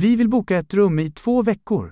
Vi vill boka ett rum i två veckor.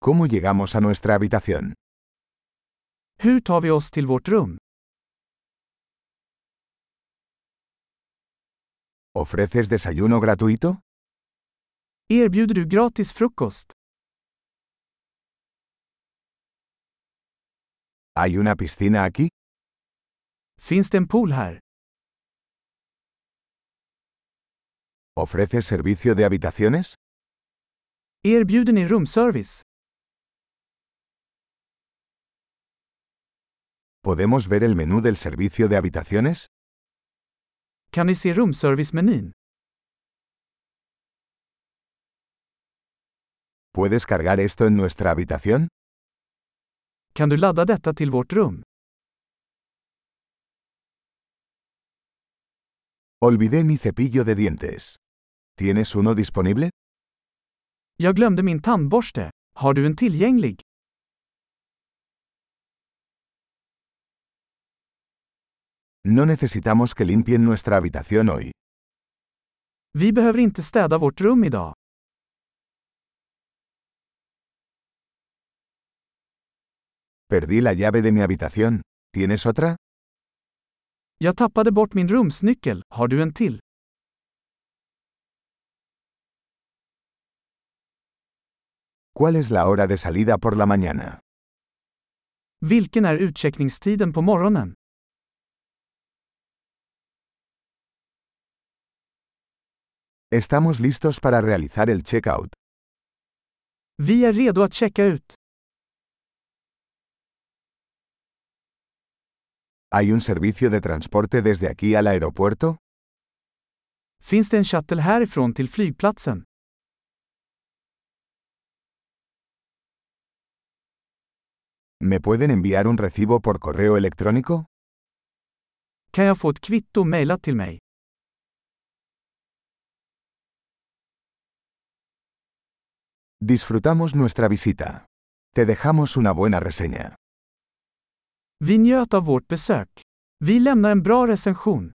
¿Cómo llegamos a nuestra habitación? Hur tar vi oss till vårt rum? ¿Ofreces desayuno gratuito? Erbjuder du gratis frukost? ¿Hay una piscina aquí? Finns det en pool här? ¿Ofreces servicio de habitaciones? Erbjuder ni rumservice? ¿Podemos ver el menú del servicio de habitaciones? Kan ni se rumservice-menyn? ¿Puedes cargar esto en nuestra habitación? Kan du ladda detta till vårt rum? Olvidé mi cepillo de dientes. ¿Tienes uno disponible? Jag glömde min tandborste. Har du en tillgänglig? No necesitamos que limpien nuestra habitación hoy. Vi behöver inte städa vårt rum idag. Perdí la llave de mi habitación. ¿Tienes otra? Jag tappade bort min rumsnyckel. Har du en till? ¿Cuál es la hora de salida por la mañana? Vilken är utcheckningstiden på morgonen? Estamos listos para realizar el checkout. Vi är redo att checka ut. ¿Hay un servicio de transporte desde aquí al aeropuerto? Finns det en shuttle härifrån till flygplatsen? ¿Me pueden enviar un recibo por correo electrónico? Kan jag få ett kvitto mejlat till mig? Disfrutamos nuestra visita. Te dejamos una buena reseña. Vi njöt av vårt besök. Vi lämnar en bra recension.